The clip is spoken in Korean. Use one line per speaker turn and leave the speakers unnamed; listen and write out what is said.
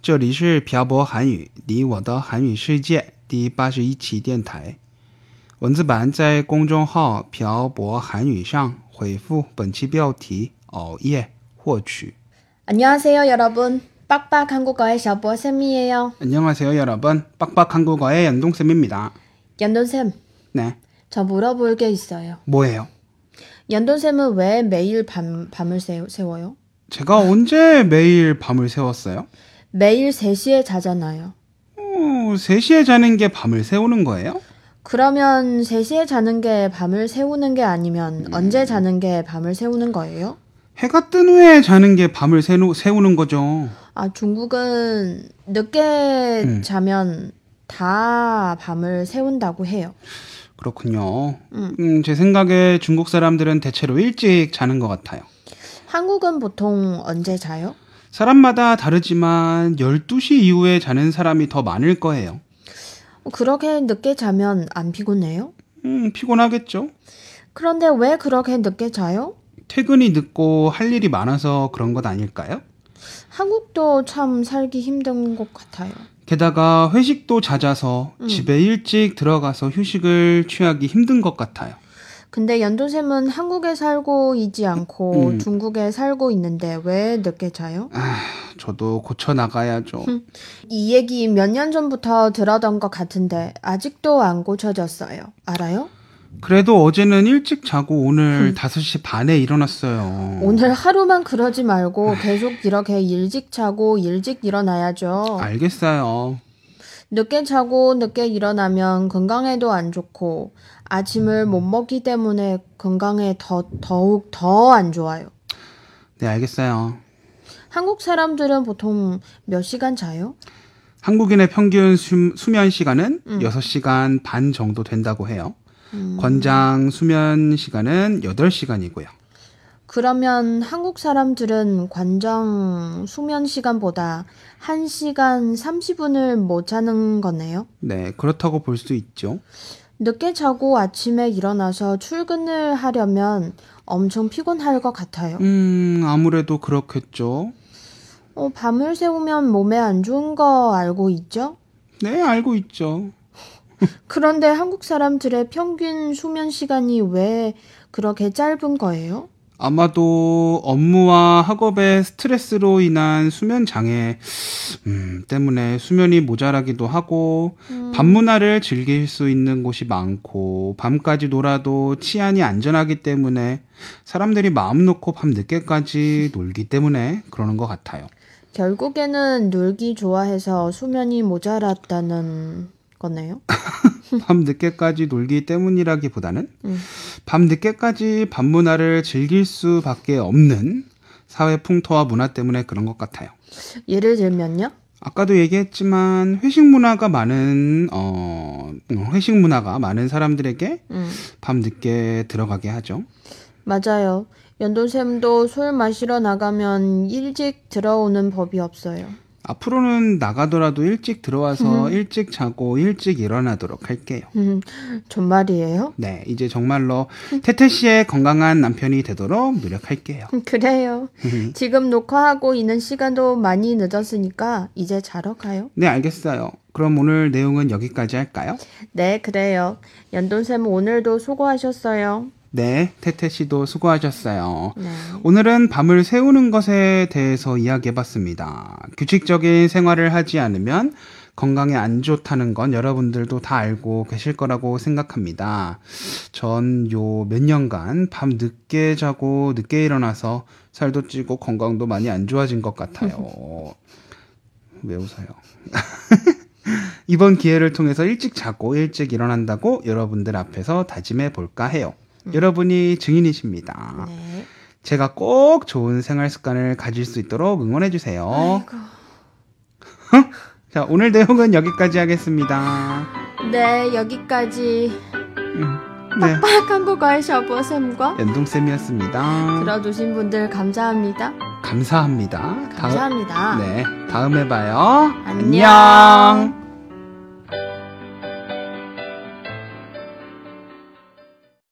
这里是朴博韩语，你我的韩语世界第八十一期电台。文字版在公众号“朴博韩语”上回复本期标题“熬夜”获取。
안녕하세요 여러분. 빡빡 한국어의 샤보 쌤이에요.
안녕하세요, 여러분. 빡빡 한국어의 연동쌤입니다.
연돈 쌤,
네,
저 물어볼 게 있어요.
뭐예요?
연돈 쌤은 왜 매일 밤 밤을 세, 세워요?
제가 언제 매일 밤을 새웠어요?
매일 3시에 자잖아요.
어, 3시에 자는 게 밤을 새우는 거예요?
그러면 3시에 자는 게 밤을 세우는 게 아니면 언제 자는 게 밤을 세우는 거예요?
해가 뜬 후에 자는 게 밤을 새우, 새우는 거죠.
아, 중국은 늦게
음.
자면 다 밤을 세운다고 해요.
그렇군요.
음.
음, 제 생각에 중국 사람들은 대체로 일찍 자는 것 같아요.
한국은 보통 언제 자요?
사람마다 다르지만 12시 이후에 자는 사람이 더 많을 거예요.
그렇게 늦게 자면 안 피곤해요?
음, 피곤하겠죠?
그런데 왜 그렇게 늦게 자요?
퇴근이 늦고 할 일이 많아서 그런 것 아닐까요?
한국도 참 살기 힘든 것 같아요.
게다가 회식도 잦아서 집에 일찍 들어가서 휴식을 취하기 힘든 것 같아요.
근데 연돈쌤은 한국에 살고 있지 않고
음. 아.
중국에 살고 있는데 왜 늦게 자요?
저도 고쳐 나가야죠.
이 얘기 몇 년 전부터 들었던 것 같은데 아직도 안 고쳐졌어요. 알아요?
그래도 어제는 일찍 자고 오늘 5시 반에 일어났어요.
오늘 하루만 그러지 말고 계속 이렇게 일찍 자고 일찍 일어나야죠.
아. 알겠어요.
늦게 자고 늦게 일어나면 건강에도 안 좋고
음.
아침을 못 먹기 때문에 건강에 더 더욱 더 안 좋아요.
네, 알겠어요.
한국 사람들은 보통 몇 시간 자요?
한국인의 평균 수, 수면 시간은 6시간 반 정도 된다고 해요. 권장 수면 시간은 8시간이고요.
그러면 한국 사람들은 관장 수면 시간보다 1시간 30분을 못 자는 거네요.
네, 그렇다고 볼 수 있죠.
늦게 자고 아침에 일어나서 출근을 하려면 엄청 피곤할 것 같아요.
음, 아무래도 그렇겠죠.
어, 밤을 새우면 몸에 안 좋은 거 알고 있죠?
네, 알고 있죠.
그런데 한국 사람들의 평균 수면 시간이 왜 그렇게 짧은 거예요?
아마도 업무와 학업의 스트레스로 인한 수면 장애 음, 때문에 수면이 모자라기도 하고 밤 문화를 즐길 수 있는 곳이 많고 밤까지 놀아도 치안이 안전하기 때문에 사람들이 마음 놓고 밤 늦게까지 놀기 때문에 그러는 것 같아요.
결국에는 놀기 좋아해서 수면이 모자랐다는 거네요.
밤 늦게까지 놀기 때문이라기보다는
음.
밤 늦게까지 밤 문화를 즐길 수밖에 없는 사회 풍토와 문화 때문에 그런 것 같아요.
예를 들면요.
아까도 얘기했지만 회식 문화가 많은 어 음, 회식 문화가 많은 사람들에게
음,
밤 늦게 들어가게 하죠.
맞아요. 연돈샘도 술 마시러 나가면 일찍 들어오는 법이 없어요.
앞으로는 나가더라도 일찍 들어와서 일찍 자고 일찍 일어나도록 할게요.
음, 정말이에요?
네, 이제 정말로 태태 씨의 건강한 남편이 되도록 노력할게요.
그래요. 지금 녹화하고 있는 시간도 많이 늦었으니까 이제 자러 가요.
네, 알겠어요. 그럼 오늘 내용은 여기까지 할까요?
네, 그래요. 연돈샘 오늘도 수고하셨어요.
네, 태태 씨도 수고하셨어요.
네.
오늘은 밤을 새우는 것에 대해서 이야기해봤습니다. 규칙적인 생활을 하지 않으면 건강에 안 좋다는 건 여러분들도 다 알고 계실 거라고 생각합니다. 전 요 몇 년간 밤 늦게 자고 늦게 일어나서 살도 찌고 건강도 많이 안 좋아진 것 같아요. 왜 웃어요? 이번 기회를 통해서 일찍 자고 일찍 일어난다고 여러분들 앞에서 다짐해 볼까 해요. 여러분이 증인이십니다.
네.
제가 꼭 좋은 생활 습관을 가질 수 있도록 응원해 주세요.
아이고.
자, 오늘 내용은 여기까지 하겠습니다.
네, 여기까지
음,
아,
네.
한국어의 샤버쌤과
연동쌤이었습니다.
들어주신 분들 감사합니다.
감사합니다. 다음-
감사합니다.
네. 다음에 봐요.
안녕.